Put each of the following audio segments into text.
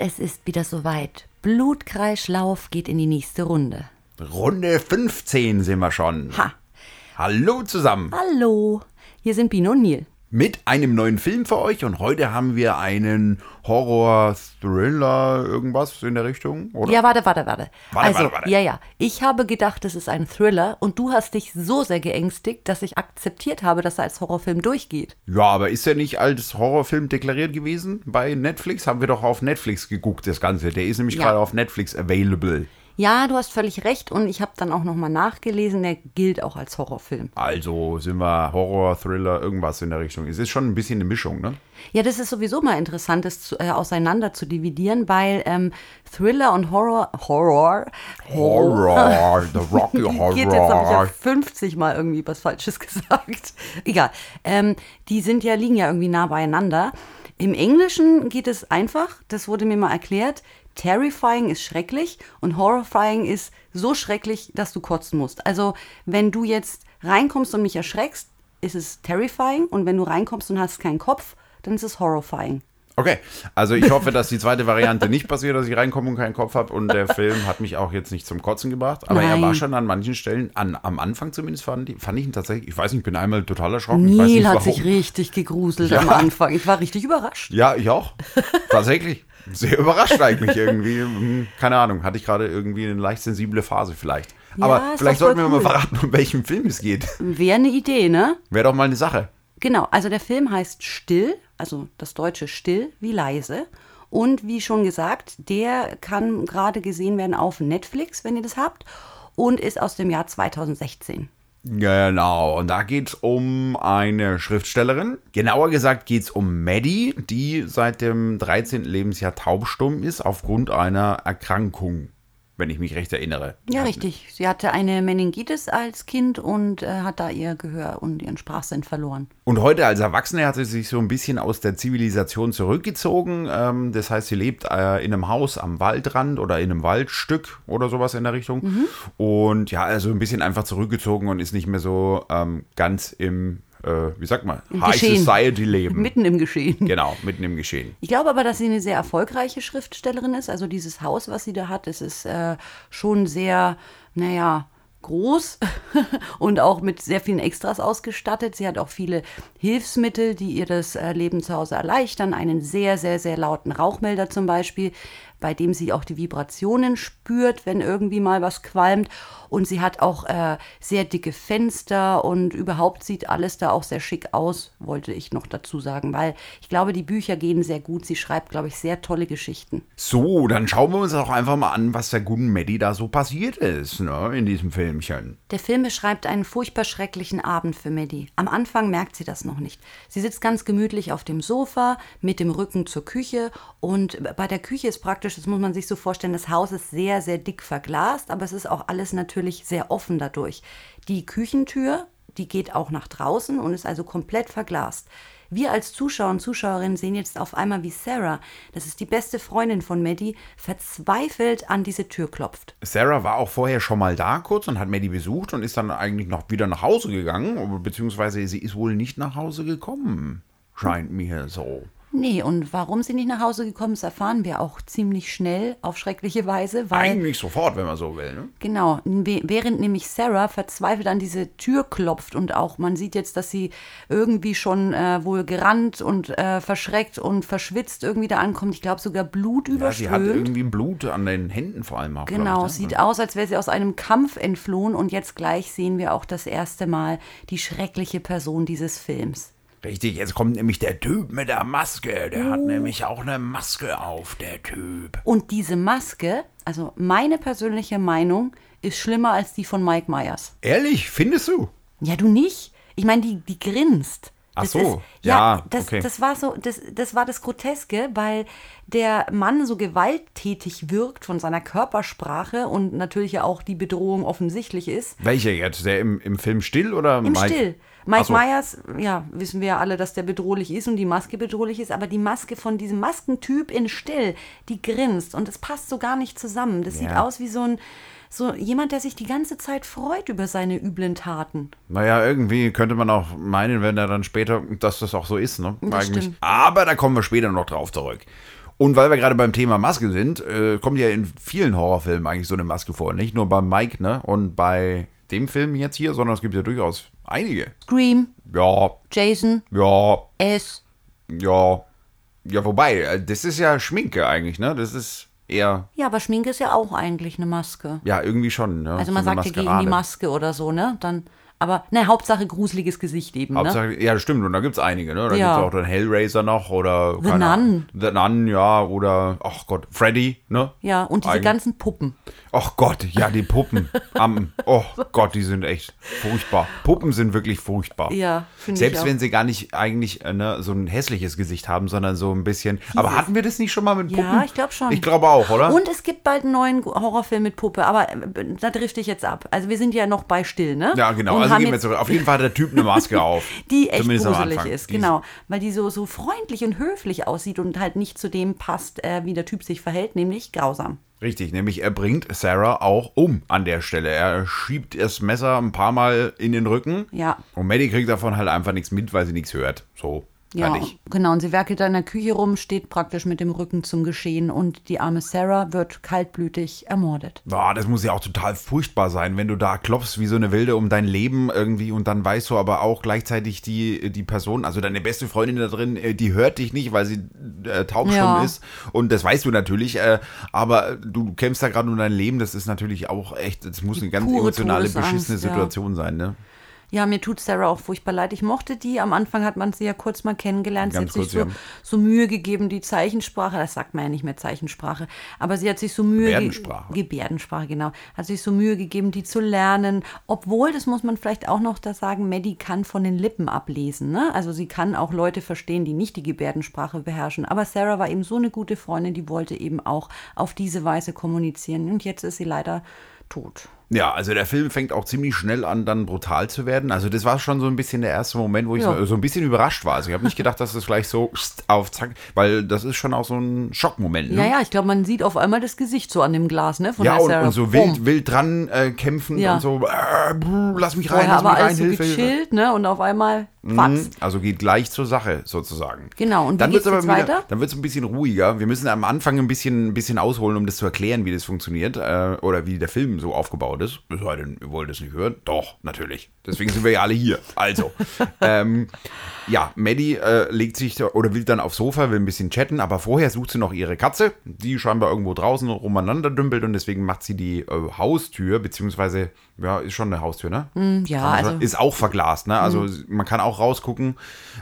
es ist wieder soweit. Blutkreislauf geht in die nächste Runde. Runde 15 sind wir schon. Ha, Hallo zusammen. hallo. Hier sind Pino und Nil. Mit einem neuen Film für euch und heute haben wir einen Horror-Thriller, irgendwas in der Richtung, oder? Ja, warte, warte, warte. Warte, also, warte, warte. ja, ja. Ich habe gedacht, es ist ein Thriller und du hast dich so sehr geängstigt, dass ich akzeptiert habe, dass er als Horrorfilm durchgeht. Ja, aber ist er nicht als Horrorfilm deklariert gewesen bei Netflix? Haben wir doch auf Netflix geguckt, das Ganze. Der ist nämlich Ja. gerade auf Netflix available. Ja, du hast völlig recht und ich habe dann auch nochmal nachgelesen, der gilt auch als Horrorfilm. Also sind wir Horror, Thriller, irgendwas in der Richtung. Es ist schon ein bisschen eine Mischung, ne? Ja, das ist sowieso mal interessant, das zu, äh, auseinander zu dividieren, weil ähm, Thriller und Horror, Horror, Horror, The Rocky Horror. Oh. Geht, jetzt habe ich ja 50 Mal irgendwie was Falsches gesagt. Egal. Ähm, die sind ja, liegen ja irgendwie nah beieinander. Im Englischen geht es einfach, das wurde mir mal erklärt. Terrifying ist schrecklich und horrifying ist so schrecklich, dass du kotzen musst. Also, wenn du jetzt reinkommst und mich erschreckst, ist es terrifying und wenn du reinkommst und hast keinen Kopf, dann ist es horrifying. Okay, also ich hoffe, dass die zweite Variante nicht passiert, dass ich reinkomme und keinen Kopf habe. Und der Film hat mich auch jetzt nicht zum Kotzen gebracht. Aber er Nein. war schon an manchen Stellen, an, am Anfang zumindest, fand, ich- fand ich ihn tatsächlich, ich weiß nicht, ich bin einmal total erschrocken. ich weiß nicht, Neil hat warum. sich richtig gegruselt Ja. am Anfang. Ich war richtig überrascht. Ja, ich auch. Tatsächlich. Sehr überrascht eigentlich irgendwie. Hm, Keine Ahnung, hatte ich gerade irgendwie eine leicht sensible Phase vielleicht. Aber ist vielleicht doch sollten voll wir mal cool. verraten, um welchen Film es geht. Wäre eine Idee, ne? Wäre doch mal eine Sache. Genau, also der Film heißt Still, also das deutsche Still wie leise. Und wie schon gesagt, der kann gerade gesehen werden auf Netflix, wenn ihr das habt, und ist aus dem Jahr 2016. Genau, und da geht's um eine Schriftstellerin. Genauer gesagt geht's um Maddie, die seit dem 13. Lebensjahr taubstumm ist aufgrund einer Erkrankung, wenn ich mich recht erinnere. Ja, Hat- richtig. Sie hatte eine Meningitis als Kind und äh, hat da ihr Gehör und ihren Sprachsinn verloren. Und heute als Erwachsene hat sie sich so ein bisschen aus der Zivilisation zurückgezogen. Ähm, das heißt, sie lebt äh, in einem Haus am Waldrand oder in einem Waldstück oder sowas in der Richtung. Mhm. Und ja, also ein bisschen einfach zurückgezogen und ist nicht mehr so ähm, ganz im, äh, wie sagt man, High Geschehen. Society Leben. Mitten im Geschehen. Genau, mitten im Geschehen. Ich glaube aber, dass sie eine sehr erfolgreiche Schriftstellerin ist. Also dieses Haus, was sie da hat, es ist äh, schon sehr, naja, groß und auch mit sehr vielen Extras ausgestattet. Sie hat auch viele Hilfsmittel, die ihr das äh, Leben zu Hause erleichtern. Einen sehr, sehr, sehr lauten Rauchmelder zum Beispiel, bei dem sie auch die Vibrationen spürt, wenn irgendwie mal was qualmt. Und sie hat auch äh, sehr dicke Fenster und überhaupt sieht alles da auch sehr schick aus, wollte ich noch dazu sagen, weil ich glaube, die Bücher gehen sehr gut. Sie schreibt, glaube ich, sehr tolle Geschichten. So, dann schauen wir uns doch einfach mal an, was der guten Maddie da so passiert ist, ne, in diesem Filmchen. Der Film beschreibt einen furchtbar schrecklichen Abend für Maddie. Am Anfang merkt sie das noch nicht. Sie sitzt ganz gemütlich auf dem Sofa mit dem Rücken zur Küche und bei der Küche ist praktisch, das muss man sich so vorstellen, das Haus ist sehr, sehr dick verglast, aber es ist auch alles natürlich sehr offen dadurch. Die Küchentür, die geht auch nach draußen und ist also komplett verglast. Wir als Zuschauer und Zuschauerinnen sehen jetzt auf einmal, wie Sarah, das ist die beste Freundin von Maddie, verzweifelt an diese Tür klopft. Sarah war auch vorher schon mal da kurz und hat Maddie besucht und ist dann eigentlich noch wieder nach Hause gegangen, beziehungsweise sie ist wohl nicht nach Hause gekommen, scheint mir so. Nee, und warum sie nicht nach Hause gekommen ist, erfahren wir auch ziemlich schnell auf schreckliche Weise, weil Eigentlich sofort, wenn man so will. Ne? genau, we- während nämlich Sarah verzweifelt an diese Tür klopft und auch man sieht jetzt, dass sie irgendwie schon äh, wohl gerannt und äh, verschreckt und verschwitzt irgendwie da ankommt. Ich glaube sogar Blut Ja, sie hat überströmt. irgendwie Blut an den Händen vor allem. Auch, glaub Genau, ich, ne? sieht aus, als wäre sie aus einem Kampf entflohen und jetzt gleich sehen wir auch das erste Mal die schreckliche Person dieses Films. Richtig, jetzt kommt nämlich der Typ mit der Maske. Der Oh. hat nämlich auch eine Maske auf, der Typ. Und diese Maske, also meine persönliche Meinung, ist schlimmer als die von Mike Myers. Ehrlich, findest du? Ja, du nicht. Ich meine, die, die grinst. Ach Das so. ist, ja, Ja, das, okay. das war so, das, das war das Groteske, weil der Mann so gewalttätig wirkt von seiner Körpersprache und natürlich ja auch die Bedrohung offensichtlich ist. Welcher jetzt? Der im, im Film still oder Im Still. Mike Ach so. Myers, ja, wissen wir ja alle, dass der bedrohlich ist und die Maske bedrohlich ist, aber die Maske von diesem Maskentyp in Still, die grinst und es passt so gar nicht zusammen. Das sieht Ja. aus wie so ein, so jemand, der sich die ganze Zeit freut über seine üblen Taten. Naja, irgendwie könnte man auch meinen, wenn er dann später, dass das auch so ist, ne? Das stimmt. Aber da kommen wir später noch drauf zurück. Und weil wir gerade beim Thema Maske sind, äh, kommt ja in vielen Horrorfilmen eigentlich so eine Maske vor. Nicht nur bei Mike, ne? Und bei dem Film jetzt hier, sondern es gibt ja durchaus einige. Scream, Ja, Jason, ja, S. ja. Ja, wobei, äh, das ist ja Schminke eigentlich, ne? Das ist eher, Ja, aber Schminke ist ja auch eigentlich eine Maske. ja, irgendwie schon. Ne? Also man So eine sagt ja gegen die Maskerade. Maske oder so, ne? Dann, aber, ne, Hauptsache gruseliges Gesicht eben, ne? Hauptsache, ja, stimmt. Und da gibt es einige, ne? Da Ja. gibt es auch den Hellraiser noch oder The keine Ahnung. Nun. The Nun, ja, oder ach Gott, Freddy, ne? Ja, und diese Eigentlich- ganzen Puppen. Ach Gott, ja, die Puppen. am, oh Gott, die sind echt furchtbar. Puppen sind wirklich furchtbar. Ja, finde ich Selbst auch. wenn sie gar nicht eigentlich äh, ne, so ein hässliches Gesicht haben, sondern so ein bisschen. Aber hatten wir das nicht schon mal mit Puppen? Ja, ich glaube schon. Ich glaube auch, oder? Und es gibt bald einen neuen Horrorfilm mit Puppe, aber äh, da drifte ich jetzt ab. Also wir sind ja noch bei Still, ne? ja, genau. Und Also haben gehen wir jetzt, zurück. Auf jeden Fall hat der Typ eine Maske auf. die echt Zumindest am gruselig Anfang. ist, Die ist- genau. Weil die so, so freundlich und höflich aussieht und halt nicht zu dem passt, äh, wie der Typ sich verhält, nämlich grausam. Richtig, nämlich er bringt Sarah auch um an der Stelle. Er schiebt das Messer ein paar Mal in den Rücken. Ja. Und Maddie kriegt davon halt einfach nichts mit, weil sie nichts hört. So, Ja, fertig. genau. Und sie werkelt da in der Küche rum, steht praktisch mit dem Rücken zum Geschehen und die arme Sarah wird kaltblütig ermordet. Boah, das muss ja auch total furchtbar sein, wenn du da klopfst wie so eine Wilde um dein Leben irgendwie und dann weißt du aber auch gleichzeitig die, die Person, also deine beste Freundin da drin, äh, die hört dich nicht, weil sie äh, taubstumm Ja. ist und das weißt du natürlich, äh, aber du kämpfst da gerade um dein Leben, das ist natürlich auch echt, das muss eine ganz pure emotionale, Todesangst, beschissene ja. Situation sein, ne? Ja, mir tut Sarah auch furchtbar leid. Ich mochte die. Am Anfang hat man sie ja kurz mal kennengelernt. Ganz sie hat sich kurz, so, ja. so Mühe gegeben, die Zeichensprache, das sagt man ja nicht mehr Zeichensprache, aber sie hat sich so Mühe Gebärdensprache. Ge Gebärdensprache, genau. Hat sich so Mühe gegeben, die zu lernen. Obwohl, das muss man vielleicht auch noch da sagen, Maddie kann von den Lippen ablesen. Ne? Also sie kann auch Leute verstehen, die nicht die Gebärdensprache beherrschen. Aber Sarah war eben so eine gute Freundin, die wollte eben auch auf diese Weise kommunizieren. Und jetzt ist sie leider tot. Ja, also der Film fängt auch ziemlich schnell an, dann brutal zu werden. Also das war schon so ein bisschen der erste Moment, wo ich Ja. so, so ein bisschen überrascht war. Also ich habe nicht gedacht, dass das gleich so auf Zack, weil das ist schon auch so ein Schockmoment. Ne? Ja, ja, ich glaube, man sieht auf einmal das Gesicht so an dem Glas, ne? Von Ja, der und, Sarah. und so Boom. wild, wild dran äh, kämpfen Ja. und so, äh, buh, lass mich rein, Vorher lass mich aber rein, alles so Hilfe, Hilfe. gechillt, ne? Und auf einmal Fax. Also geht gleich zur Sache sozusagen. Genau, und wie dann wird's geht's aber jetzt wieder, weiter? Dann wird es ein bisschen ruhiger. Wir müssen am Anfang ein bisschen, ein bisschen ausholen, um das zu erklären, wie das funktioniert äh, oder wie der Film so aufgebaut ist. Es sei denn, ihr wollt es nicht hören. Doch, natürlich. Deswegen sind wir ja alle hier. Also, ähm, ja, Maddie äh, legt sich da- oder will dann aufs Sofa, will ein bisschen chatten, aber vorher sucht sie noch ihre Katze, die scheinbar irgendwo draußen rumeinander dümpelt und deswegen macht sie die äh, Haustür, beziehungsweise, ja, ist schon eine Haustür, ne? Ja, Kann man also Hm. schon- ist auch verglast, ne? Also man kann auch rausgucken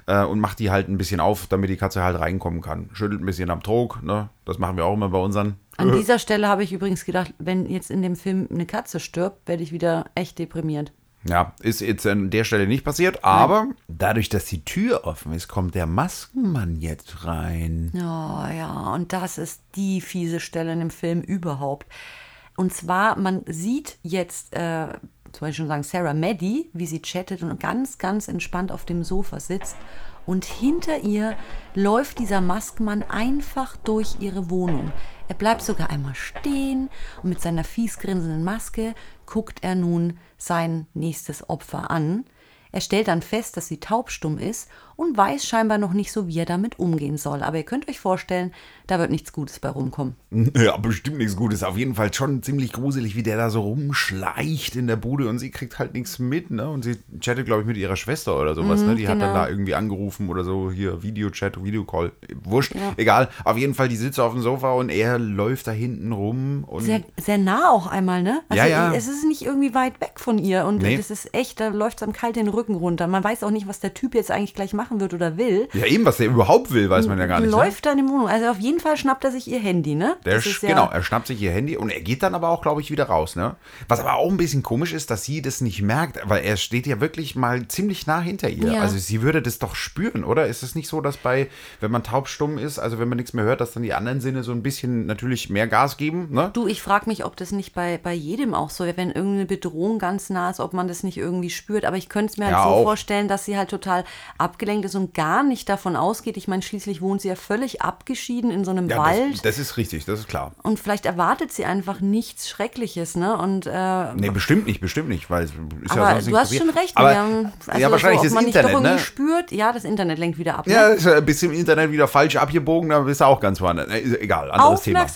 äh, und macht die halt ein bisschen auf, damit die Katze halt reinkommen kann. Schüttelt ein bisschen am Trog, ne? Das machen wir auch immer bei unseren. an dieser Stelle habe ich übrigens gedacht, wenn jetzt in dem Film eine Katze stirbt, werde ich wieder echt deprimiert. Ja, ist jetzt an der Stelle nicht passiert, aber dadurch, dass die Tür offen ist, kommt der Maskenmann jetzt rein. Ja, ja, und das ist die fiese Stelle in dem Film überhaupt. Und zwar, man sieht jetzt, äh, zum Beispiel schon sagen, Sarah Maddie, wie sie chattet und ganz, ganz entspannt auf dem Sofa sitzt. Und hinter ihr läuft dieser Maskmann einfach durch ihre Wohnung. Er bleibt sogar einmal stehen und mit seiner fies grinsenden Maske guckt er nun sein nächstes Opfer an. Er stellt dann fest, dass sie taubstumm ist und weiß scheinbar noch nicht so, wie er damit umgehen soll. Aber ihr könnt euch vorstellen, da wird nichts Gutes bei rumkommen. Ja, bestimmt nichts Gutes. Auf jeden Fall schon ziemlich gruselig, wie der da so rumschleicht in der Bude und sie kriegt halt nichts mit, ne? Und sie chattet, glaube ich, mit ihrer Schwester oder sowas, ne? Die hat dann genau. da irgendwie angerufen oder so, hier Videochat, Videocall. Wurscht, egal. Auf jeden Fall, die sitzt auf dem Sofa und er läuft da hinten rum und Sehr, sehr nah auch einmal, ne? Also Ja, ja. Es ist nicht irgendwie weit weg von ihr und Nee. das ist echt, da läuft es am kalt den Rücken runter. Man weiß auch nicht, was der Typ jetzt eigentlich gleich machen wird oder will. ja, eben, was der überhaupt will, weiß man ja gar nicht. Ne? läuft da in die Wohnung. Also auf jeden Fall schnappt er sich ihr Handy, ne? Der Das sch ist ja- genau, er schnappt sich ihr Handy und er geht dann aber auch, glaube ich, wieder raus, ne? Was aber auch ein bisschen komisch ist, dass sie das nicht merkt, weil er steht ja wirklich mal ziemlich nah hinter ihr. Ja. Also sie würde das doch spüren, oder? Ist es nicht so, dass bei, wenn man taubstumm ist, also wenn man nichts mehr hört, dass dann die anderen Sinne so ein bisschen natürlich mehr Gas geben, ne? Du, ich frage mich, ob das nicht bei, bei jedem auch so wäre, wenn irgendeine Bedrohung ganz nah ist, ob man das nicht irgendwie spürt. Aber ich könnte es mir halt Ja, so auch. vorstellen, dass sie halt total abgelenkt abgelenkt ist und gar nicht davon ausgeht. Ich meine, schließlich wohnt sie ja völlig abgeschieden in so einem Ja, Wald. das, das ist richtig, das ist klar. und vielleicht erwartet sie einfach nichts Schreckliches, ne? Und äh, Nee, bestimmt nicht, bestimmt nicht, weil es ist ja aber sonst du nicht hast passiert. schon recht. Aber, wir haben- also ja, wahrscheinlich so, ob das man nicht Internet, doch irgendwie ne? spürt. Ja, das Internet lenkt wieder ab. Ne? Ja, ist ja ein bisschen im Internet wieder falsch abgebogen, da bist du auch ganz woanders. Nee, ist Egal, anderes Thema.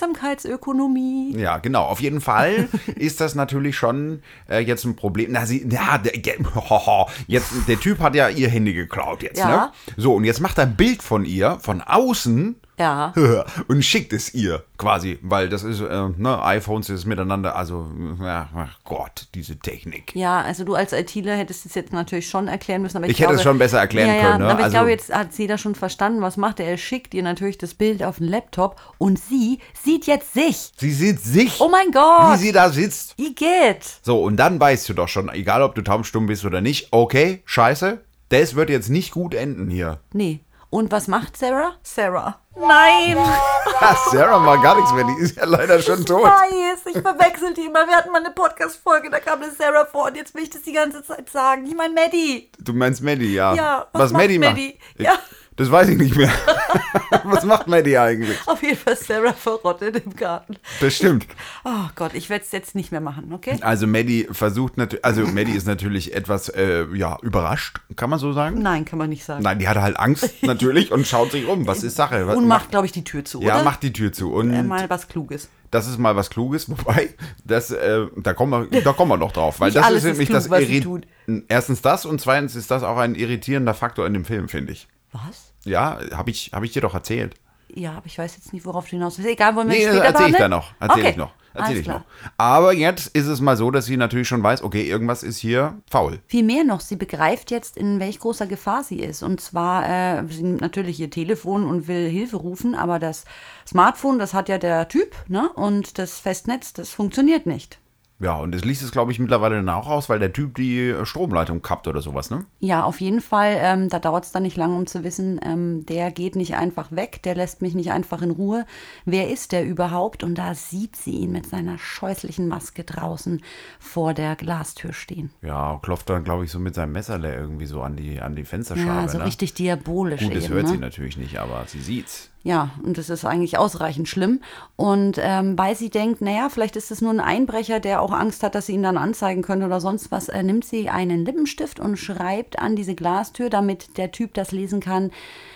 Aufmerksamkeitsökonomie. Ja, genau. Auf jeden Fall ist das natürlich schon äh, jetzt ein Problem. Na, sie, ja, der, ge- hoho, jetzt, der Typ hat ja ihr Handy geklaut jetzt, Ja. ne? So, und jetzt macht er ein Bild von ihr, von außen. Ja. Und schickt es ihr quasi, weil das ist, äh, ne, iPhones ist miteinander, also, ja, ach Gott, diese Technik. Ja, also du als ITler hättest es jetzt natürlich schon erklären müssen. Aber ich Ich hätte glaube, es schon besser erklären ja, ja, können, ne? Aber ich Also- glaube, jetzt hat jeder schon verstanden, was macht er. Er schickt ihr natürlich das Bild auf den Laptop und sie sieht jetzt sich. Sie sieht sich, Oh mein wie Gott, sie da sitzt. Igitt. So, und dann weißt du doch schon, egal ob du taubstumm bist oder nicht, okay, scheiße, das wird jetzt nicht gut enden hier. Nee. Und was macht Sarah? Sarah. Nein, Ha, Ah, Sarah war gar nichts mehr, die ist ja leider schon tot. weiß, ich verwechsel die immer. Wir hatten mal eine Podcast-Folge, da kam eine Sarah vor und jetzt will ich das die ganze Zeit sagen. Ich meine Maddie. Du meinst Maddie, ja. Ja, was macht Maddie? Ich- Ja. Das weiß ich nicht mehr. was macht Maddie eigentlich? Auf jeden Fall Sarah verrottet im Garten. Das stimmt. Oh Gott, ich werde es jetzt nicht mehr machen, okay? Also Maddie versucht natürlich, also Maddie ist natürlich etwas, äh, ja, überrascht, kann man so sagen? Nein, kann man nicht sagen. Nein, die hatte halt Angst natürlich und schaut sich um. Was ist Sache? Was, Und macht, glaube ich, die Tür zu, ja, oder? macht die Tür zu. Und Äh, mal was Kluges. Das ist mal was Kluges, wobei, das, äh, da, kommen wir, da kommen wir noch drauf. Weil Nicht das alles ist nämlich ist klug, das was sie irri- tut. Erstens das und zweitens ist das auch ein irritierender Faktor in dem Film, finde ich. Was? Ja, habe ich, hab ich dir doch erzählt. Ja, aber ich weiß jetzt nicht, worauf du hinaus willst. Egal, wollen wir Nee, das später erzähle ich behandeln? da noch. Erzähle okay. ich noch. alles Erzähle ich klar. noch. Aber jetzt ist es mal so, dass sie natürlich schon weiß, okay, irgendwas ist hier faul. Viel mehr noch, sie begreift jetzt, in welch großer Gefahr sie ist. Und zwar, äh, sie nimmt natürlich ihr Telefon und will Hilfe rufen, aber das Smartphone, das hat ja der Typ, ne? Und das Festnetz, das funktioniert nicht. Ja, und das liest es, glaube ich, mittlerweile dann auch aus, weil der Typ die äh, Stromleitung kappt oder sowas, ne? Ja, auf jeden Fall. Ähm, da dauert es dann nicht lange, um zu wissen, ähm, der geht nicht einfach weg, der lässt mich nicht einfach in Ruhe. Wer ist der überhaupt? Und da sieht sie ihn mit seiner scheußlichen Maske draußen vor der Glastür stehen. Ja, klopft dann, glaube ich, so mit seinem Messer da irgendwie so an die, an die Fensterscheibe. Ja, so ne? Also richtig diabolisch. Gut, das eben, hört ne? sie natürlich nicht, aber sie sieht's. Ja, und das ist eigentlich ausreichend schlimm. Und ähm, weil sie denkt, naja, vielleicht ist es nur ein Einbrecher, der auch Angst hat, dass sie ihn dann anzeigen können oder sonst was, äh, nimmt sie einen Lippenstift und schreibt an diese Glastür, damit der Typ das lesen kann,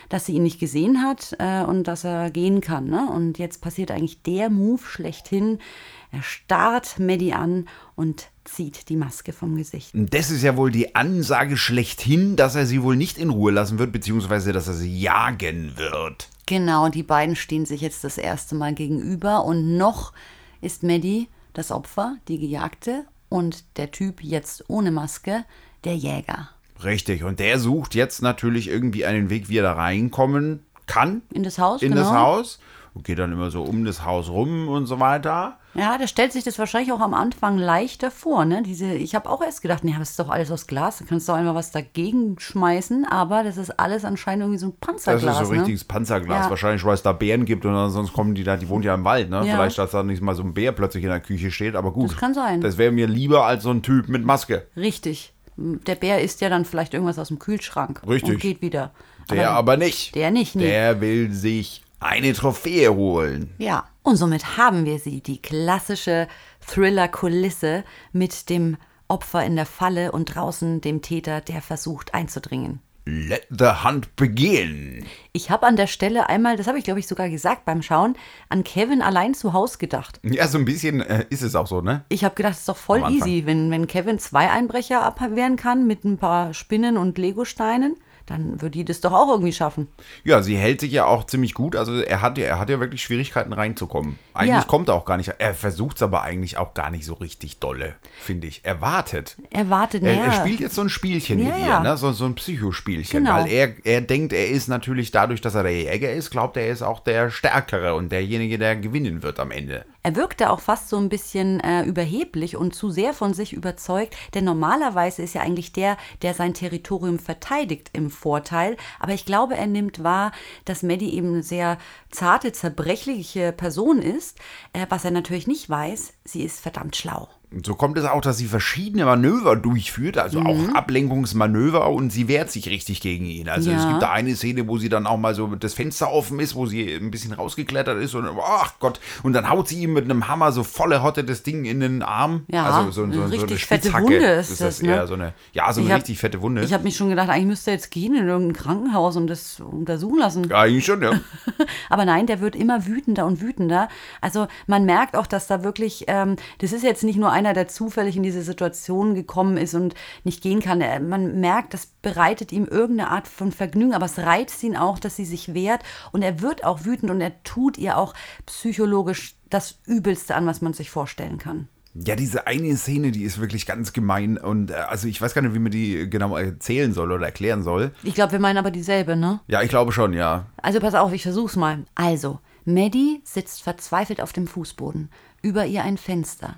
dass sie ihn nicht gesehen hat äh, und dass er gehen kann. Ne? Und jetzt passiert eigentlich der Move schlechthin. Er starrt Maddie an und zieht die Maske vom Gesicht. Und Das ist ja wohl die Ansage schlechthin, dass er sie wohl nicht in Ruhe lassen wird, beziehungsweise dass er sie jagen wird. Genau, die beiden stehen sich jetzt das erste Mal gegenüber und noch ist Maddie das Opfer, die Gejagte und der Typ jetzt ohne Maske, der Jäger. Richtig, und der sucht jetzt natürlich irgendwie einen Weg, wie er da reinkommen kann. In das Haus, In genau. das Haus. Und geht dann immer so um das Haus rum und so weiter. Ja, da stellt sich das wahrscheinlich auch am Anfang leichter vor. Ne? Diese, ich habe auch erst gedacht, nee, aber es ist doch alles aus Glas, da kannst du doch einmal was dagegen schmeißen, aber das ist alles anscheinend irgendwie so ein Das Panzerglas. ist so ne? richtiges Panzerglas. Ja. Wahrscheinlich, weil es da Bären gibt und sonst kommen die da, die wohnt ja im Wald, ne? Ja. Vielleicht, dass da nicht mal so ein Bär plötzlich in der Küche steht, aber gut. Das kann sein. Das wäre mir lieber als so ein Typ mit Maske. Richtig. Der Bär isst ja dann vielleicht irgendwas aus dem Kühlschrank Richtig. und geht wieder. Der aber nicht. Der nicht, nee. Der will sich eine Trophäe holen. Ja, und somit haben wir sie, die klassische Thriller-Kulisse mit dem Opfer in der Falle und draußen dem Täter, der versucht einzudringen. Let the hunt begin. Ich habe an der Stelle einmal, das habe ich glaube ich sogar gesagt beim Schauen, an Kevin allein zu Haus gedacht. Ja, so ein bisschen äh, ist es auch so, ne? Ich habe gedacht, das ist doch voll Am Anfang. easy, wenn, wenn Kevin zwei Einbrecher abwehren kann mit ein paar Spinnen und Legosteinen, dann würde die das doch auch irgendwie schaffen. Ja, sie hält sich ja auch ziemlich gut. Also er hat ja, er hat ja wirklich Schwierigkeiten reinzukommen. Eigentlich Ja. kommt er auch gar nicht. Er versucht es aber eigentlich auch gar nicht so richtig dolle, finde ich. Er wartet. Er wartet Er, näher. er spielt jetzt so ein Spielchen Ja, mit ihr, ja. ne? so, so ein Psychospielchen. Genau. Weil er, er denkt, er ist natürlich dadurch, dass er der Jäger ist, glaubt er, er ist auch der Stärkere und derjenige, der gewinnen wird am Ende. Er wirkte auch fast so ein bisschen äh, überheblich und zu sehr von sich überzeugt, denn normalerweise ist ja eigentlich der, der sein Territorium verteidigt, im Vorteil. Aber ich glaube, er nimmt wahr, dass Maddie eben eine sehr zarte, zerbrechliche Person ist. Äh, was er natürlich nicht weiß, sie ist verdammt schlau. So kommt es auch, dass sie verschiedene Manöver durchführt, also Mhm. auch Ablenkungsmanöver und sie wehrt sich richtig gegen ihn. Also es Ja. gibt da eine Szene, wo sie dann auch mal so das Fenster offen ist, wo sie ein bisschen rausgeklettert ist und ach Gott, und dann haut sie ihm mit einem Hammer so volle Hotte das Ding in den Arm. Ja, also so, so, so eine eine richtig fette Spitzhacke Wunde ist das, ne? eher so eine, ja, so eine Ich hab- richtig fette Wunde. Ich habe mich schon gedacht, eigentlich müsste er jetzt gehen in irgendein Krankenhaus und das untersuchen lassen. ja, eigentlich schon, ja. Aber nein, der wird immer wütender und wütender. Also man merkt auch, dass da wirklich, ähm, das ist jetzt nicht nur einer, der zufällig in diese Situation gekommen ist und nicht gehen kann. Er- Man merkt, das bereitet ihm irgendeine Art von Vergnügen, aber es reizt ihn auch, dass sie sich wehrt und er wird auch wütend und er tut ihr auch psychologisch das Übelste an, was man sich vorstellen kann. Ja, diese eine Szene, die ist wirklich ganz gemein und äh, also ich weiß gar nicht, wie man die genau erzählen soll oder erklären soll. Ich glaube, wir meinen aber dieselbe, ne? Ja, ich glaube schon, ja. Also pass auf, ich versuch's mal. Also, Maddie sitzt verzweifelt auf dem Fußboden, über ihr ein Fenster.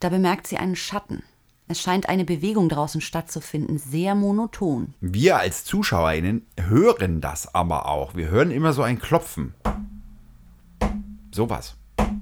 Da bemerkt sie einen Schatten. Es scheint eine Bewegung draußen stattzufinden, sehr monoton. Wir als ZuschauerInnen hören das aber auch. Wir hören immer so ein Klopfen. Sowas.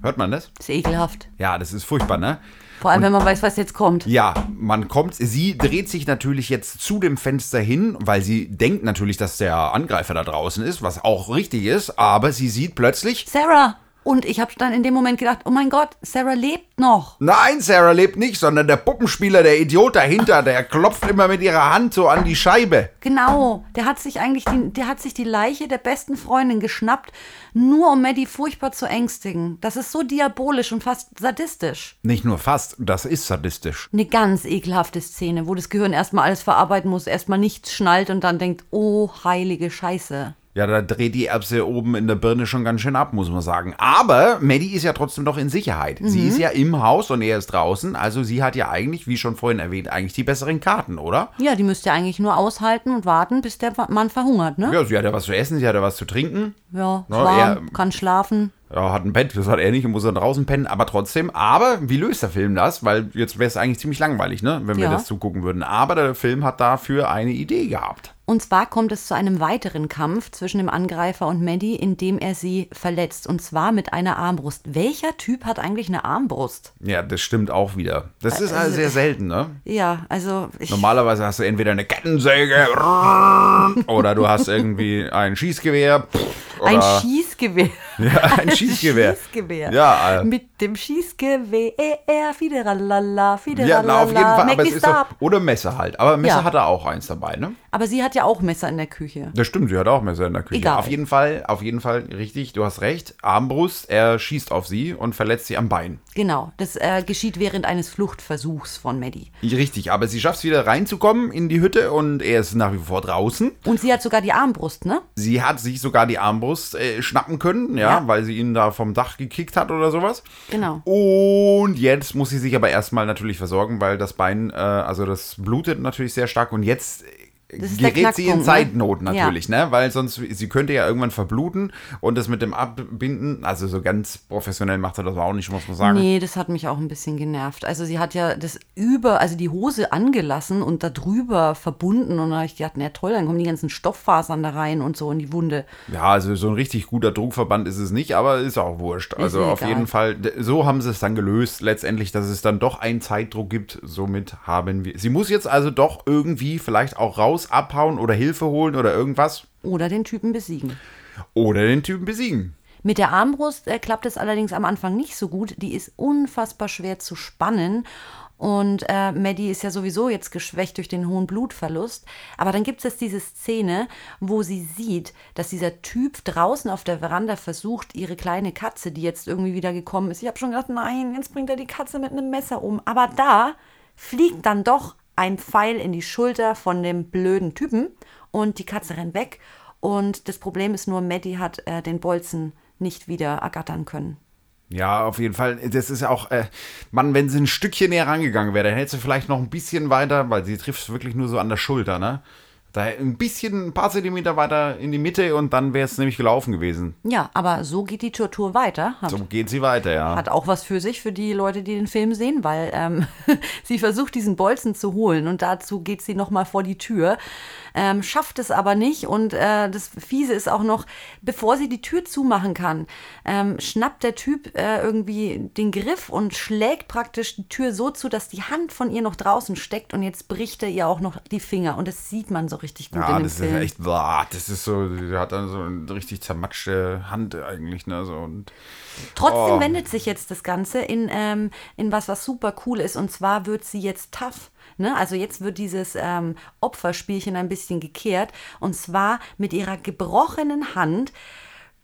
Hört man das? Ist ekelhaft. Ja, das ist furchtbar, ne? Vor allem, wenn man weiß, was jetzt kommt. Ja, man kommt, sie dreht sich natürlich jetzt zu dem Fenster hin, weil sie denkt natürlich, dass der Angreifer da draußen ist, was auch richtig ist, aber sie sieht plötzlich, Sarah! Und ich habe dann in dem Moment gedacht, oh mein Gott, Sarah lebt noch. nein, Sarah lebt nicht, sondern der Puppenspieler, der Idiot dahinter, der klopft immer mit ihrer Hand so an die Scheibe. Genau, der hat sich eigentlich die, der hat sich die Leiche der besten Freundin geschnappt, nur um Maddie furchtbar zu ängstigen. Das ist so diabolisch und fast sadistisch. Nicht nur fast, das ist sadistisch. Eine ganz ekelhafte Szene, wo das Gehirn erstmal alles verarbeiten muss, erstmal nichts schnallt und dann denkt, oh, heilige Scheiße. Ja, da dreht die Erbse oben in der Birne schon ganz schön ab, muss man sagen. Aber Maddie ist ja trotzdem noch in Sicherheit. Sie ist ja im Haus und er ist draußen. Also sie hat ja eigentlich, wie schon vorhin erwähnt, eigentlich die besseren Karten, oder? Ja, die müsste eigentlich nur aushalten und warten, bis der Mann verhungert, ne? Ja, sie hat ja was zu essen, sie hat ja was zu trinken. Ja, ist Ja, warm, eher- kann schlafen. Ja, hat ein Bett, das hat er nicht und muss dann draußen pennen. Aber trotzdem, aber wie löst der Film das? Weil jetzt wäre es eigentlich ziemlich langweilig, ne? Wenn wir Ja. das zugucken würden. Aber der Film hat dafür eine Idee gehabt. Und zwar kommt es zu einem weiteren Kampf zwischen dem Angreifer und Maddie, in dem er sie verletzt. Und zwar mit einer Armbrust. Welcher Typ hat eigentlich eine Armbrust? Ja, das stimmt auch wieder. Das ist also Also- sehr selten, ne? Ja, also ich. Normalerweise hast du entweder eine Kettensäge oder du hast irgendwie ein Schießgewehr. pff, Oder Ein Schießgewehr. ja, ein Schießgewehr. Schießgewehr. Ja, äh, Mit dem Schießgewehr, Fideralala, ja Fideralala, na, auf jeden Fall. make Aber me es ist doch, stop. oder Messer halt. Aber Messer Ja. hat er auch eins dabei, ne? Aber sie hat ja auch Messer in der Küche. Das stimmt, sie hat auch Messer in der Küche. Egal. Auf jeden Fall, auf jeden Fall, richtig, du hast recht. Armbrust, er schießt auf sie und verletzt sie am Bein. Genau, das äh, geschieht während eines Fluchtversuchs von Maddie. Richtig, aber sie schafft es wieder reinzukommen in die Hütte und er ist nach wie vor draußen. Und sie hat sogar die Armbrust, ne? Sie hat sich sogar die Armbrust äh, schnappen können, ja, Ja. weil sie ihn da vom Dach gekickt hat oder sowas. Genau. Und jetzt muss sie sich aber erstmal natürlich versorgen, weil das Bein, äh, also das blutet natürlich sehr stark und jetzt äh, Das ist der gerät sie in Knackpunkt, ne? Zeitnot Ja. natürlich, ne? Weil sonst, sie könnte ja irgendwann verbluten und das mit dem Abbinden, also so ganz professionell macht er das auch nicht, muss man sagen. Nee, das hat mich auch ein bisschen genervt. Also sie hat ja das über, also die Hose angelassen und da drüber verbunden und da habe ich gedacht, na toll, dann kommen die ganzen Stofffasern da rein und so in die Wunde. Ja, also so ein richtig guter Druckverband ist es nicht, aber ist auch wurscht. Also mir auf egal. jeden Fall, d- so haben sie es dann gelöst, letztendlich, dass es dann doch einen Zeitdruck gibt. Somit haben wir. Sie muss jetzt also doch irgendwie vielleicht auch raus, abhauen oder Hilfe holen oder irgendwas. Oder den Typen besiegen. Oder den Typen besiegen. Mit der Armbrust äh, klappt es allerdings am Anfang nicht so gut. Die ist unfassbar schwer zu spannen. Und äh, Maddie ist ja sowieso jetzt geschwächt durch den hohen Blutverlust. Aber dann gibt es diese Szene, wo sie sieht, dass dieser Typ draußen auf der Veranda versucht, ihre kleine Katze, die jetzt irgendwie wieder gekommen ist. Ich habe schon gedacht, nein, jetzt bringt er die Katze mit einem Messer um. Aber da fliegt dann doch ein Pfeil in die Schulter von dem blöden Typen und die Katze rennt weg. Und das Problem ist nur, Maddie hat äh, den Bolzen nicht wieder ergattern können. Ja, auf jeden Fall. Das ist ja auch, äh, Mann, wenn sie ein Stückchen näher rangegangen wäre, dann hätte sie vielleicht noch ein bisschen weiter, weil sie trifft wirklich nur so an der Schulter, ne? Da ein bisschen, ein paar Zentimeter weiter in die Mitte und dann wäre es nämlich gelaufen gewesen. Ja, aber so geht die Tortur weiter. Hat, So geht sie weiter, ja. hat auch was für sich für die Leute, die den Film sehen, weil ähm, sie versucht, diesen Bolzen zu holen und dazu geht sie nochmal vor die Tür, ähm, schafft es aber nicht und äh, das Fiese ist auch noch, bevor sie die Tür zumachen kann, ähm, schnappt der Typ äh, irgendwie den Griff und schlägt praktisch die Tür so zu, dass die Hand von ihr noch draußen steckt und jetzt bricht er ihr auch noch die Finger und das sieht man so richtig gut in ja, dem das Film. ist echt, boah, das ist so, die hat dann so eine richtig zermatschte Hand eigentlich, ne, so und Trotzdem Oh. wendet sich jetzt das Ganze in, ähm, in was, was super cool ist. Und zwar wird sie jetzt tough. Ne? Also jetzt wird dieses ähm, Opferspielchen ein bisschen gekehrt. Und zwar mit ihrer gebrochenen Hand.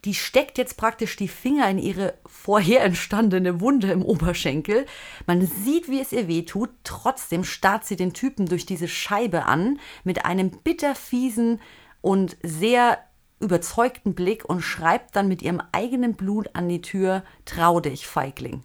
Die steckt jetzt praktisch die Finger in ihre vorher entstandene Wunde im Oberschenkel. Man sieht, wie es ihr wehtut. Trotzdem starrt sie den Typen durch diese Scheibe an mit einem bitterfiesen und sehr überzeugten Blick und schreibt dann mit ihrem eigenen Blut an die Tür, trau dich, Feigling.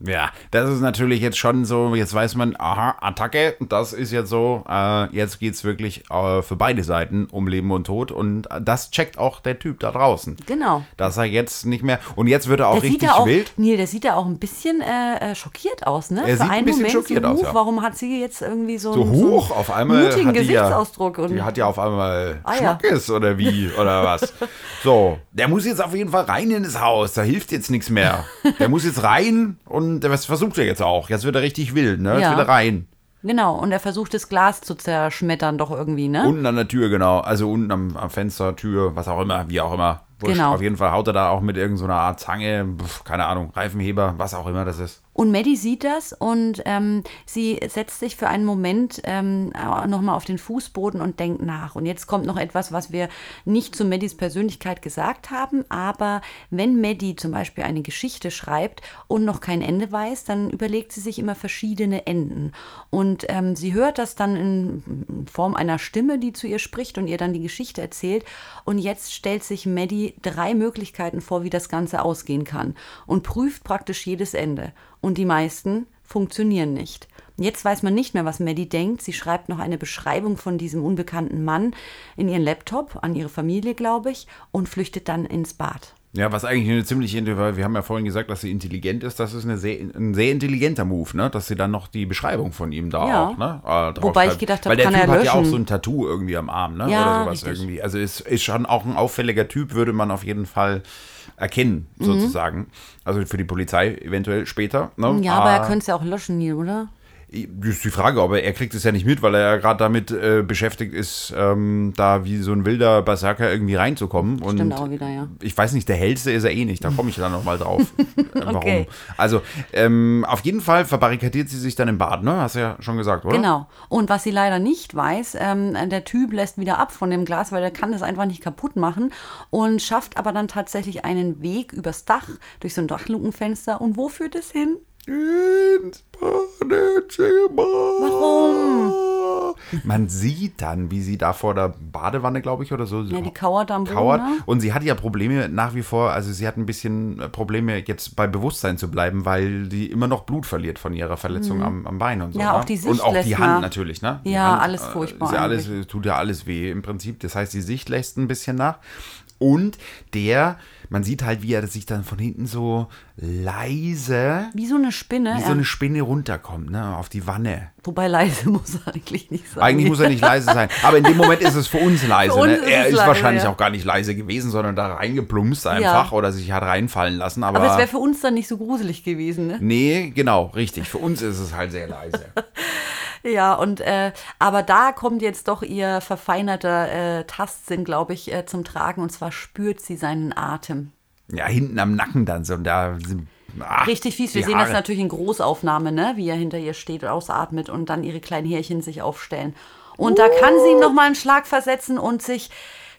ja, das ist natürlich jetzt schon so, jetzt weiß man, aha, Attacke, das ist jetzt so, äh, jetzt geht's wirklich äh, für beide Seiten um Leben und Tod und äh, das checkt auch der Typ da draußen. Genau. Dass er jetzt nicht mehr, und jetzt wird er auch Der sieht richtig ja auch, wild. Nee, der sieht ja auch ein bisschen äh, äh, schockiert aus, ne? Er sieht ein einen bisschen Moment so, schockiert aus, huch, ja. Warum hat sie jetzt irgendwie so, So einen- hoch so einen auf einmal mutigen hat die Gesichtsausdruck? Ja, und die hat ja auf einmal Ah, ja. Schmackes oder wie oder was. So, der muss jetzt auf jeden Fall rein in das Haus. Da hilft jetzt nichts mehr. Der muss jetzt rein und das versucht er jetzt auch. Jetzt wird er richtig wild, ne? Jetzt Ja. will er rein. genau, und er versucht das Glas zu zerschmettern doch irgendwie, ne? Unten an der Tür, genau. Also unten am, am Fenster, Tür, was auch immer, wie auch immer. Wurscht. Genau. Auf jeden Fall haut er da auch mit irgendeiner so einer Art Zange, pf, keine Ahnung, Reifenheber, was auch immer das ist. Und Maddie sieht das und ähm, sie setzt sich für einen Moment ähm, nochmal auf den Fußboden und denkt nach. Und jetzt kommt noch etwas, was wir nicht zu Maddies Persönlichkeit gesagt haben, aber wenn Maddie zum Beispiel eine Geschichte schreibt und noch kein Ende weiß, dann überlegt sie sich immer verschiedene Enden. Und ähm, sie hört das dann in in Form einer Stimme, die zu ihr spricht und ihr dann die Geschichte erzählt. Und jetzt stellt sich Maddie drei Möglichkeiten vor, wie das Ganze ausgehen kann und prüft praktisch jedes Ende. Und die meisten funktionieren nicht. Jetzt weiß man nicht mehr, was Maddie denkt. Sie schreibt noch eine Beschreibung von diesem unbekannten Mann in ihren Laptop, an ihre Familie, glaube ich, und flüchtet dann ins Bad. Ja, was eigentlich eine ziemliche, Inter- weil wir haben ja vorhin gesagt, dass sie intelligent ist. Das ist eine sehr, ein sehr intelligenter Move, ne? Dass sie dann noch die Beschreibung von ihm da Ja. auch, ne? Äh, Wobei ich draufschreibt. gedacht hab, weil der kann Typ er hat ja auch löschen. so ein Tattoo irgendwie am Arm, ne? Ja, Oder sowas richtig. irgendwie. Also ist, ist schon auch ein auffälliger Typ, würde man auf jeden Fall erkennen, Mhm. sozusagen. Also für die Polizei eventuell später. Ne? Ja, aber Ah, er könnte es ja auch löschen, Neil, oder? ist die Frage, aber er kriegt es ja nicht mit, weil er ja gerade damit äh, beschäftigt ist, ähm, da wie so ein wilder Berserker irgendwie reinzukommen. Und Stimmt auch wieder, ja. Ich weiß nicht, der hellste ist er eh nicht, da komme ich dann nochmal drauf. äh, Warum? Okay. Also, ähm, auf jeden Fall verbarrikadiert sie sich dann im Bad, ne? Hast du ja schon gesagt, oder? Genau. Und was sie leider nicht weiß, ähm, der Typ lässt wieder ab von dem Glas, weil der kann das einfach nicht kaputt machen und schafft aber dann tatsächlich einen Weg übers Dach, durch so ein Dachlukenfenster. Und wo führt es hin? Ins Warum? Man sieht dann, wie sie da vor der Badewanne, glaube ich, oder so. Ja, die kauert am Boden. kauert. ne? Und sie hatte ja Probleme nach wie vor, also sie hat ein bisschen äh, Probleme, jetzt bei Bewusstsein zu bleiben, weil die immer noch Blut verliert von ihrer Verletzung am, am Bein und so. Mhm. Ja, auch ne? die Sicht Und auch die lässt Hand nach. natürlich, ne? Die Ja, Hand, alles äh, furchtbar ist ja alles, äh, tut ja alles weh im Prinzip. Das heißt, die Sicht lässt ein bisschen nach. Und der, man sieht halt, wie er sich dann von hinten so leise, Wie so eine Spinne. wie so eine Spinne runterkommt, ne? Auf die Wanne. ja. Wobei leise muss er eigentlich nicht sein. Eigentlich muss er nicht leise sein. Aber in dem Moment ist es für uns leise. Für uns ne? ist er es ist leise, wahrscheinlich ja. auch gar nicht leise gewesen, sondern da reingeplumpst einfach oder sich hat reinfallen lassen. Aber, Aber es wäre für uns dann nicht so gruselig gewesen, ne? nee, genau, richtig. Für uns ist es halt sehr leise. Ja, und äh, aber da kommt jetzt doch ihr verfeinerter äh, Tastsinn, glaube ich, äh, zum Tragen. Und zwar spürt sie seinen Atem. ja, hinten am Nacken dann so. Und da sind, ach, Richtig fies. Wir die sehen das Haare. natürlich in Großaufnahme, ne? wie er hinter ihr steht und ausatmet und dann ihre kleinen Härchen sich aufstellen. Und da kann Uh. sie ihm nochmal einen Schlag versetzen und sich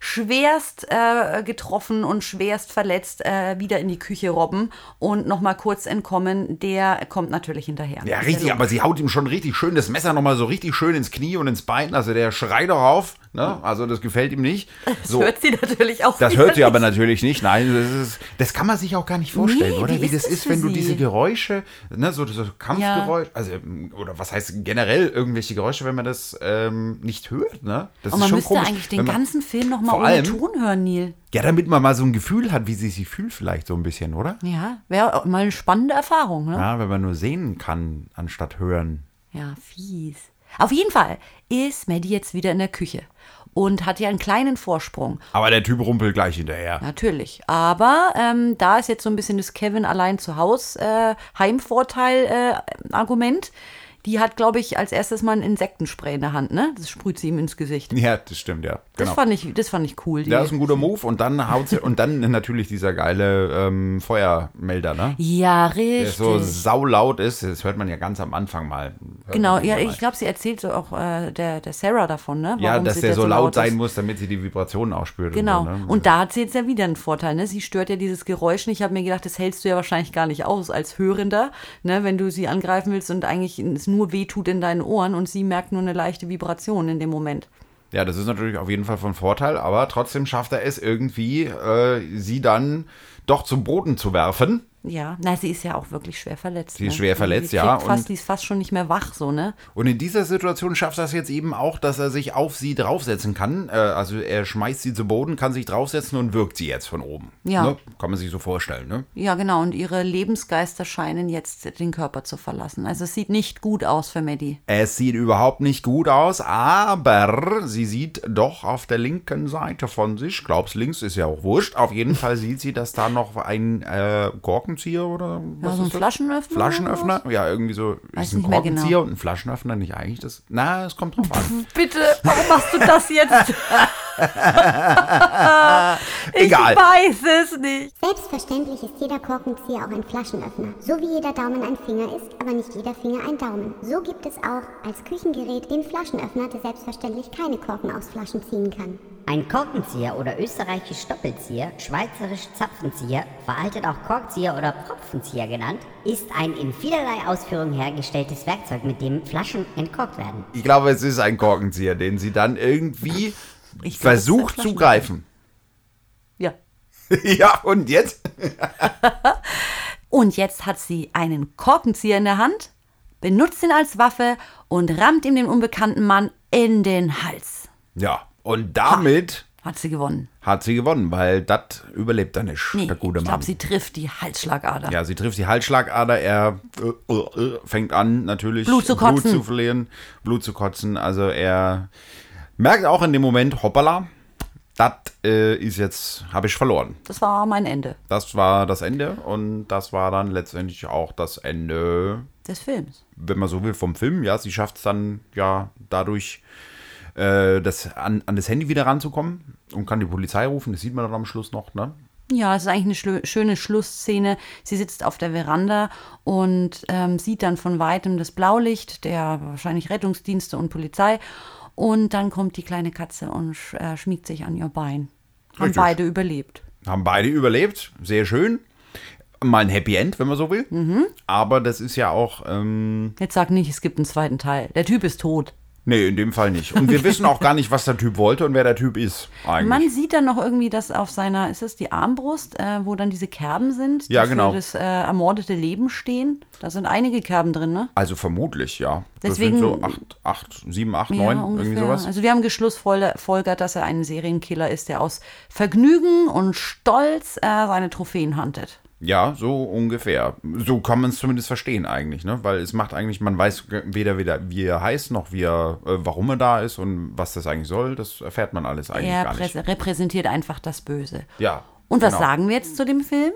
schwerst äh, getroffen und schwerst verletzt äh, wieder in die Küche robben und nochmal kurz entkommen. Der kommt natürlich hinterher. Ja, richtig, aber sie haut ihm schon richtig schön das Messer nochmal so richtig schön ins Knie und ins Bein. Also der Also schreit doch auf. Ne? Also das gefällt ihm nicht. Das So, Also, hört sie natürlich auch das wieder hört sie aber nicht. natürlich nicht. Nein, das, ist, das kann man sich auch gar nicht vorstellen, Nee, oder? wie Wie, ist das das ist, für wenn du sie? diese Geräusche, ne, so, so Kampfgeräusche, also oder was heißt generell irgendwelche Geräusche, wenn man das ähm, nicht hört, ne? Das Und Oh, ist man schon müsste komisch. eigentlich den wenn man, ganzen Film nochmal Vor ohne allem- Ton hören, Neil. ja, damit man mal so ein Gefühl hat, wie sie sich fühlt, vielleicht so ein bisschen, oder? Ja, wäre auch mal eine spannende Erfahrung, ne? Ja, wenn man nur sehen kann, anstatt hören. Ja, fies. Auf jeden Fall ist Maddie jetzt wieder in der Küche und hat ja einen kleinen Vorsprung. Aber der Typ rumpelt gleich hinterher. Natürlich. Aber ähm, da ist jetzt so ein bisschen das Kevin allein zu Haus äh, Heimvorteil-Argument. Die hat, glaube ich, als erstes mal ein Insektenspray in der Hand, ne? Das sprüht sie ihm ins Gesicht. Ja, das stimmt, ja. Das, fand, ich, das fand ich cool. Die, Ja, Genau. ist ein guter Move und dann haut sie, und dann natürlich dieser geile ähm, Feuermelder, ne? ja Der richtig. so saulaut ist, das hört man ja ganz am Anfang mal. Hört genau, man ja, mal. ich glaube, sie erzählt so auch äh, der, der Sarah davon, ne? ja, dass sie da der so ist. laut sein muss, damit sie die Vibrationen auch spürt. Genau. Und so, ne? Und da hat sie jetzt ja wieder einen Vorteil. Ne? Sie stört ja dieses Geräusch nicht. Ich habe mir gedacht, das hältst du ja wahrscheinlich gar nicht aus als Hörender, ne? wenn du sie angreifen willst und eigentlich es nur weh tut in deinen Ohren und sie merkt nur eine leichte Vibration in dem Moment. Ja, das ist natürlich auf jeden Fall von Vorteil, aber trotzdem schafft er es irgendwie, äh, sie dann doch zum Boden zu werfen. Ja, na, sie ist ja auch wirklich schwer verletzt. Sie ist schwer verletzt, die ja, kriegt Fast, und- die ist fast schon nicht mehr wach, so, ne? Und in dieser Situation schafft er es jetzt eben auch, dass er sich auf sie draufsetzen kann. Äh, also er schmeißt sie zu Boden, kann sich draufsetzen und wirkt sie jetzt von oben. Ja. Ne? Kann man sich so vorstellen, ne? Ja, genau. Und ihre Lebensgeister scheinen jetzt den Körper zu verlassen. Also es sieht nicht gut aus für Maddie. Es sieht überhaupt nicht gut aus, aber sie sieht doch auf der linken Seite von sich, glaub's links ist ja auch wurscht, auf jeden Fall sieht sie, dass da noch ein äh, Korkenzieher oder was so ein ist das? Flaschenöffner oder Flaschenöffner? Ja, irgendwie so Weiß ist ein nicht mehr genau. Korkenzieher und ein Flaschenöffner nicht eigentlich das. Na, es kommt drauf an. Bitte, warum machst du das jetzt? ich Egal. weiß es nicht. Selbstverständlich ist jeder Korkenzieher auch ein Flaschenöffner. So wie jeder Daumen ein Finger ist, aber nicht jeder Finger ein Daumen. So gibt es auch als Küchengerät den Flaschenöffner, der selbstverständlich keine Korken aus Flaschen ziehen kann. Ein Korkenzieher oder österreichisch Stoppelzieher, schweizerisch Zapfenzieher, veraltet auch Korkzieher oder Propfenzieher genannt, ist ein in vielerlei Ausführung hergestelltes Werkzeug, mit dem Flaschen entkorkt werden. Ich glaube, es ist ein Korkenzieher, den sie dann irgendwie Ich glaube, es ist ein versucht zu Flaschenöffner. greifen. Ja. ja, und jetzt? Und jetzt hat sie einen Korkenzieher in der Hand, benutzt ihn als Waffe und rammt ihm den unbekannten Mann in den Hals. Ja, und damit Hat sie gewonnen. hat sie gewonnen, weil das überlebt er nicht, Nee, der gute ich Mann. glaube, sie trifft die Halsschlagader. Ja, sie trifft die Halsschlagader, er äh, äh, äh, fängt an natürlich Blut zu kotzen. Blut zu verlieren, Blut zu kotzen. Also er merkt auch in dem Moment, hoppala, das äh, ist jetzt, habe ich verloren. Das war mein Ende Das war das Ende und das war dann letztendlich auch das Ende, des Films. wenn man so will, vom Film. Ja, sie schafft es dann ja dadurch, äh, das, an, an das Handy wieder ranzukommen und kann die Polizei rufen. Das sieht man dann am Schluss noch, ne? Ja, es ist eigentlich eine schlö- schöne Schlussszene. Sie sitzt auf der Veranda und ähm, sieht dann von weitem das Blaulicht der wahrscheinlich Rettungsdienste und Polizei. Und dann kommt die kleine Katze und sch äh, schmiegt sich an ihr Bein. Haben Richtig. beide überlebt. Haben beide überlebt, sehr schön. Mal ein Happy End, wenn man so will. Mhm. Aber das ist ja auch, ähm, Jetzt sag nicht, es gibt einen zweiten Teil. Der Typ ist tot. nee, in dem Fall nicht. Und wir wissen auch gar nicht, was der Typ wollte und wer der Typ ist eigentlich. Man sieht dann noch irgendwie, dass auf seiner, ist es die Armbrust, äh, wo dann diese Kerben sind, die Ja, genau. für das äh, ermordete Leben stehen. Da sind einige Kerben drin, ne? also vermutlich, ja. Das Deswegen- sind so acht, acht, sieben, acht, neun, irgendwie sowas. Also wir haben geschlussfolgert, dass er ein Serienkiller ist, der aus Vergnügen und Stolz äh, seine Trophäen huntet. Ja, so ungefähr. So kann man es zumindest verstehen eigentlich, ne? Weil es macht eigentlich, man weiß g- weder, weder wie er heißt, noch wie er, äh, warum er da ist und was das eigentlich soll. Das erfährt man alles eigentlich Er gar nicht. prä- repräsentiert einfach das Böse. Ja, Und was genau. sagen wir jetzt zu dem Film?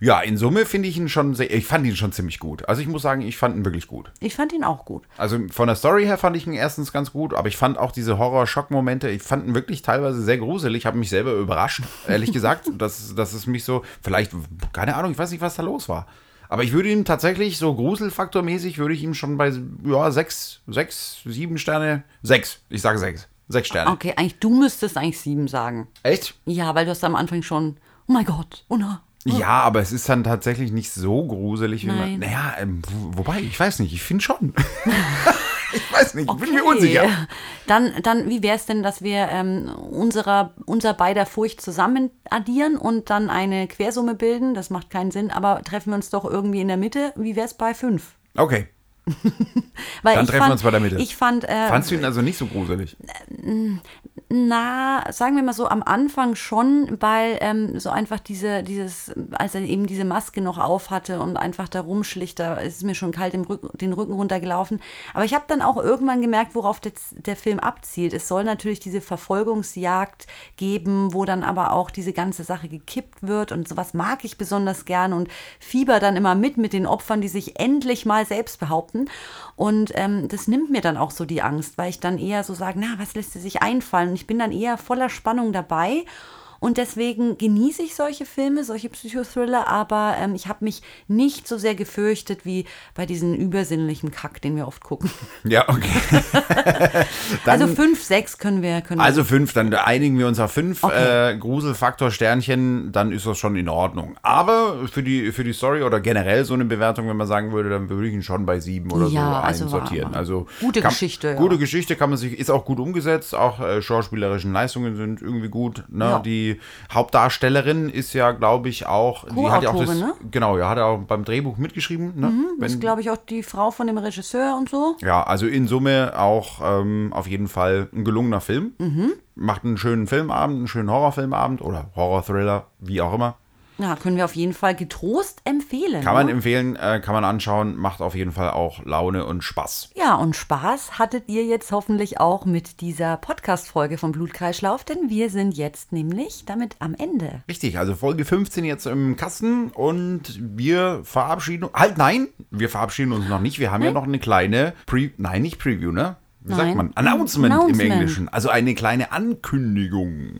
Ja, in Summe finde ich ihn schon sehr, ich fand ihn schon ziemlich gut. Also ich muss sagen, ich fand ihn wirklich gut. Ich fand ihn auch gut. Also von der Story her fand ich ihn erstens ganz gut, aber ich fand auch diese Horror-Schock-Momente, ich fand ihn wirklich teilweise sehr gruselig, habe mich selber überrascht, ehrlich gesagt, dass, dass es mich so, vielleicht, keine Ahnung, ich weiß nicht, was da los war. Aber ich würde ihm tatsächlich so gruselfaktormäßig, würde ich ihm schon bei, ja, sechs, sechs, sieben Sterne, sechs, ich sage sechs, sechs Sterne. Okay, eigentlich du müsstest eigentlich sieben sagen. Echt? Ja, weil du hast am Anfang schon, oh mein Gott, oh na. Ja, aber es ist dann tatsächlich nicht so gruselig, wie Nein. man. Naja, ähm, wo- wobei, ich weiß nicht, ich finde schon. ich weiß nicht, ich bin mir Okay. unsicher. Dann, dann wie wäre es denn, dass wir ähm, unserer, unser beider Furcht zusammen addieren und dann eine Quersumme bilden? Das macht keinen Sinn, aber treffen wir uns doch irgendwie in der Mitte. Wie wäre es bei fünf? Okay. Weil Dann ich treffen fand, wir uns bei der Mitte. Ich fand, äh, Fandst du ihn also nicht so gruselig? Na, sagen wir mal so am Anfang schon, weil ähm, so einfach diese, dieses, als er eben diese Maske noch auf hatte und einfach da rumschlich, da ist es mir schon kalt im Rücken, den Rücken runtergelaufen. Aber ich habe dann auch irgendwann gemerkt, worauf der, der Film abzielt. Es soll natürlich diese Verfolgungsjagd geben, wo dann aber auch diese ganze Sache gekippt wird und sowas mag ich besonders gern und fieber dann immer mit mit den Opfern, die sich endlich mal selbst behaupten. Und ähm, das nimmt mir dann auch so die Angst, weil ich dann eher so sage, na, was lässt sie sich einfallen? Und ich bin dann eher voller Spannung dabei. Und deswegen genieße ich solche Filme, solche Psychothriller, aber ähm, ich habe mich nicht so sehr gefürchtet wie bei diesen übersinnlichen Kack, den wir oft gucken. Ja, okay. Dann- also fünf, sechs können wir. Können Also fünf, dann einigen wir uns auf fünf. Okay. Äh, Gruselfaktor Sternchen, dann ist das schon in Ordnung. Aber für die, für die Story oder generell so eine Bewertung, wenn man sagen würde, dann würde ich ihn schon bei sieben oder Ja, so also war- einsortieren. Also Gute kann, Geschichte, ja. Gute Geschichte kann man sich, ist auch gut umgesetzt. Auch äh, schauspielerischen Leistungen sind irgendwie gut. Ne? Ja. Die Hauptdarstellerin ist ja, glaube ich, auch. Die hat ja auch das, Co-Autorin, ne? Mhm, Genau, ja, hat er auch beim Drehbuch mitgeschrieben. Ne? ist, glaube ich, auch die Frau von dem Regisseur und so. Ja, also in Summe auch ähm, auf jeden Fall ein gelungener Film. Macht einen schönen Filmabend, einen schönen Horrorfilmabend oder Horror-Thriller, wie auch immer. Ja, können wir auf jeden Fall getrost empfehlen. Kann man ne? empfehlen, äh, kann man anschauen, macht auf jeden Fall auch Laune und Spaß. Ja, und Spaß hattet ihr jetzt hoffentlich auch mit dieser Podcast-Folge vom Blutkreislauf, denn wir sind jetzt nämlich damit am Ende. Richtig, also Folge 15 jetzt im Kasten und wir verabschieden Halt, nein, wir verabschieden uns noch nicht. Wir haben ja noch eine kleine Pre... Nein, nicht Preview, ne? Wie sagt Nein. man? Announcement, im Announcement. Englischen. Also eine kleine Ankündigung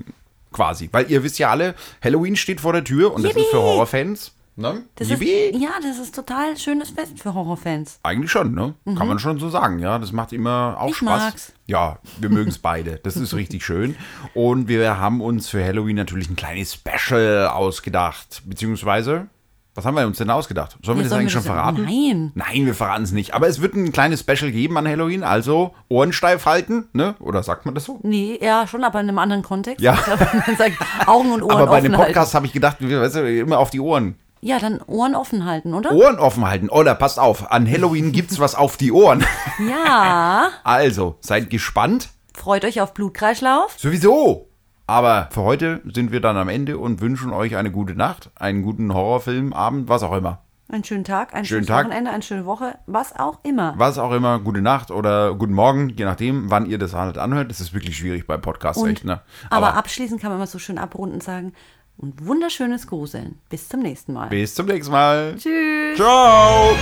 quasi. Weil ihr wisst ja alle, Halloween steht vor der Tür und das ist für Yippie! Horrorfans. Ne? Das ist, Yippie! ja, das ist total schönes Fest für Horrorfans. Eigentlich schon, ne? Kann man schon so sagen, ja. Das macht immer auch Mhm. Ich Spaß. mag's. Ja, wir mögen es beide. Das ist richtig schön. Und wir haben uns für Halloween natürlich ein kleines Special ausgedacht. Beziehungsweise, was haben wir uns denn ausgedacht? Sollen wir Ja, das sollen eigentlich wir schon das- verraten? Nein. Nein, wir verraten es nicht. Aber es wird ein kleines Special geben an Halloween. Also Ohren steif halten, ne? Oder sagt man das so? Nee, ja, schon, aber in einem anderen Kontext. Ja. Ich glaub, man sagt, Augen und Ohren Aber bei offen dem halten. Podcast habe ich gedacht, wir- weißt du, immer auf die Ohren. Ja, dann Ohren offen halten, oder? Ohren offen halten. Oder passt auf, an Halloween gibt's was auf die Ohren. Ja. Also, seid gespannt. Freut euch auf Blutkreislauf. Sowieso! Aber für heute sind wir dann am Ende und wünschen euch eine gute Nacht, einen guten Horrorfilmabend, was auch immer. Einen schönen Tag, ein Schönen schönes Tag. Wochenende, eine schöne Woche, was auch immer. Was auch immer, gute Nacht oder guten Morgen, je nachdem, wann ihr das halt anhört. Das ist wirklich schwierig bei Podcasts, Und- echt, ne? Aber, abschließend kann man immer so schön abrunden und sagen, und wunderschönes Gruseln. Bis zum nächsten Mal. bis zum nächsten Mal. Tschüss. Ciao.